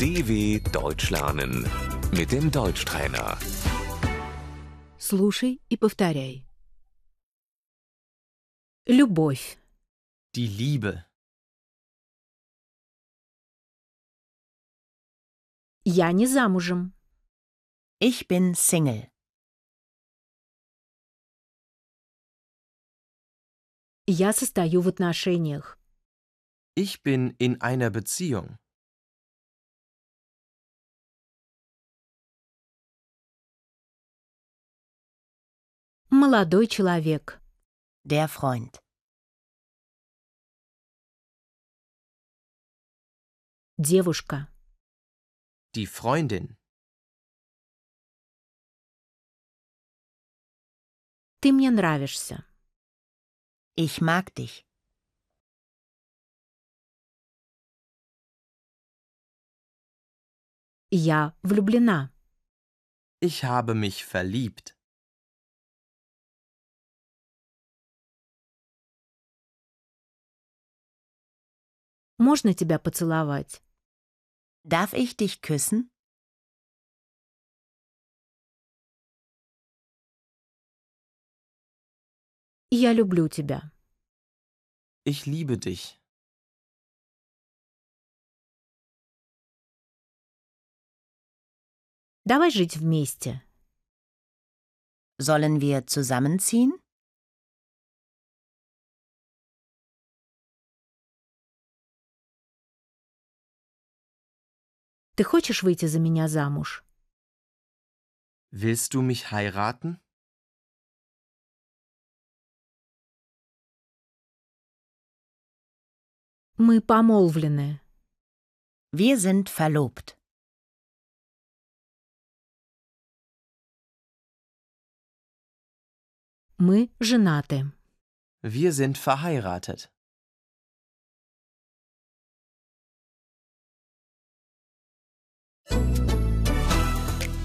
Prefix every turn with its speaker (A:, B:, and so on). A: DW Deutsch lernen mit dem Deutschtrainer.
B: Слушай и повторяй. Любовь,
C: Die Liebe,
B: я не замужем,
D: Ich bin Single.
B: я состою в отношениях,
C: ich bin in einer Beziehung.
B: молодой человек,
D: Der Freund.
B: девушка,
C: Die Freundin,
B: ты мне нравишься,
D: Ich mag dich.
B: я влюблена,
C: ich habe mich verliebt.
B: можно тебя поцеловать,
D: Darf ich dich küssen?
B: я люблю тебя,
C: Ich liebe dich.
B: давай жить вместе,
D: Sollen wir zusammenziehen?
B: ты хочешь выйти за меня замуж,
C: Willst du mich heiraten?
B: мы помолвлены,
D: Wir sind verlobt.
B: мы женаты.
C: Wir sind verheiratet.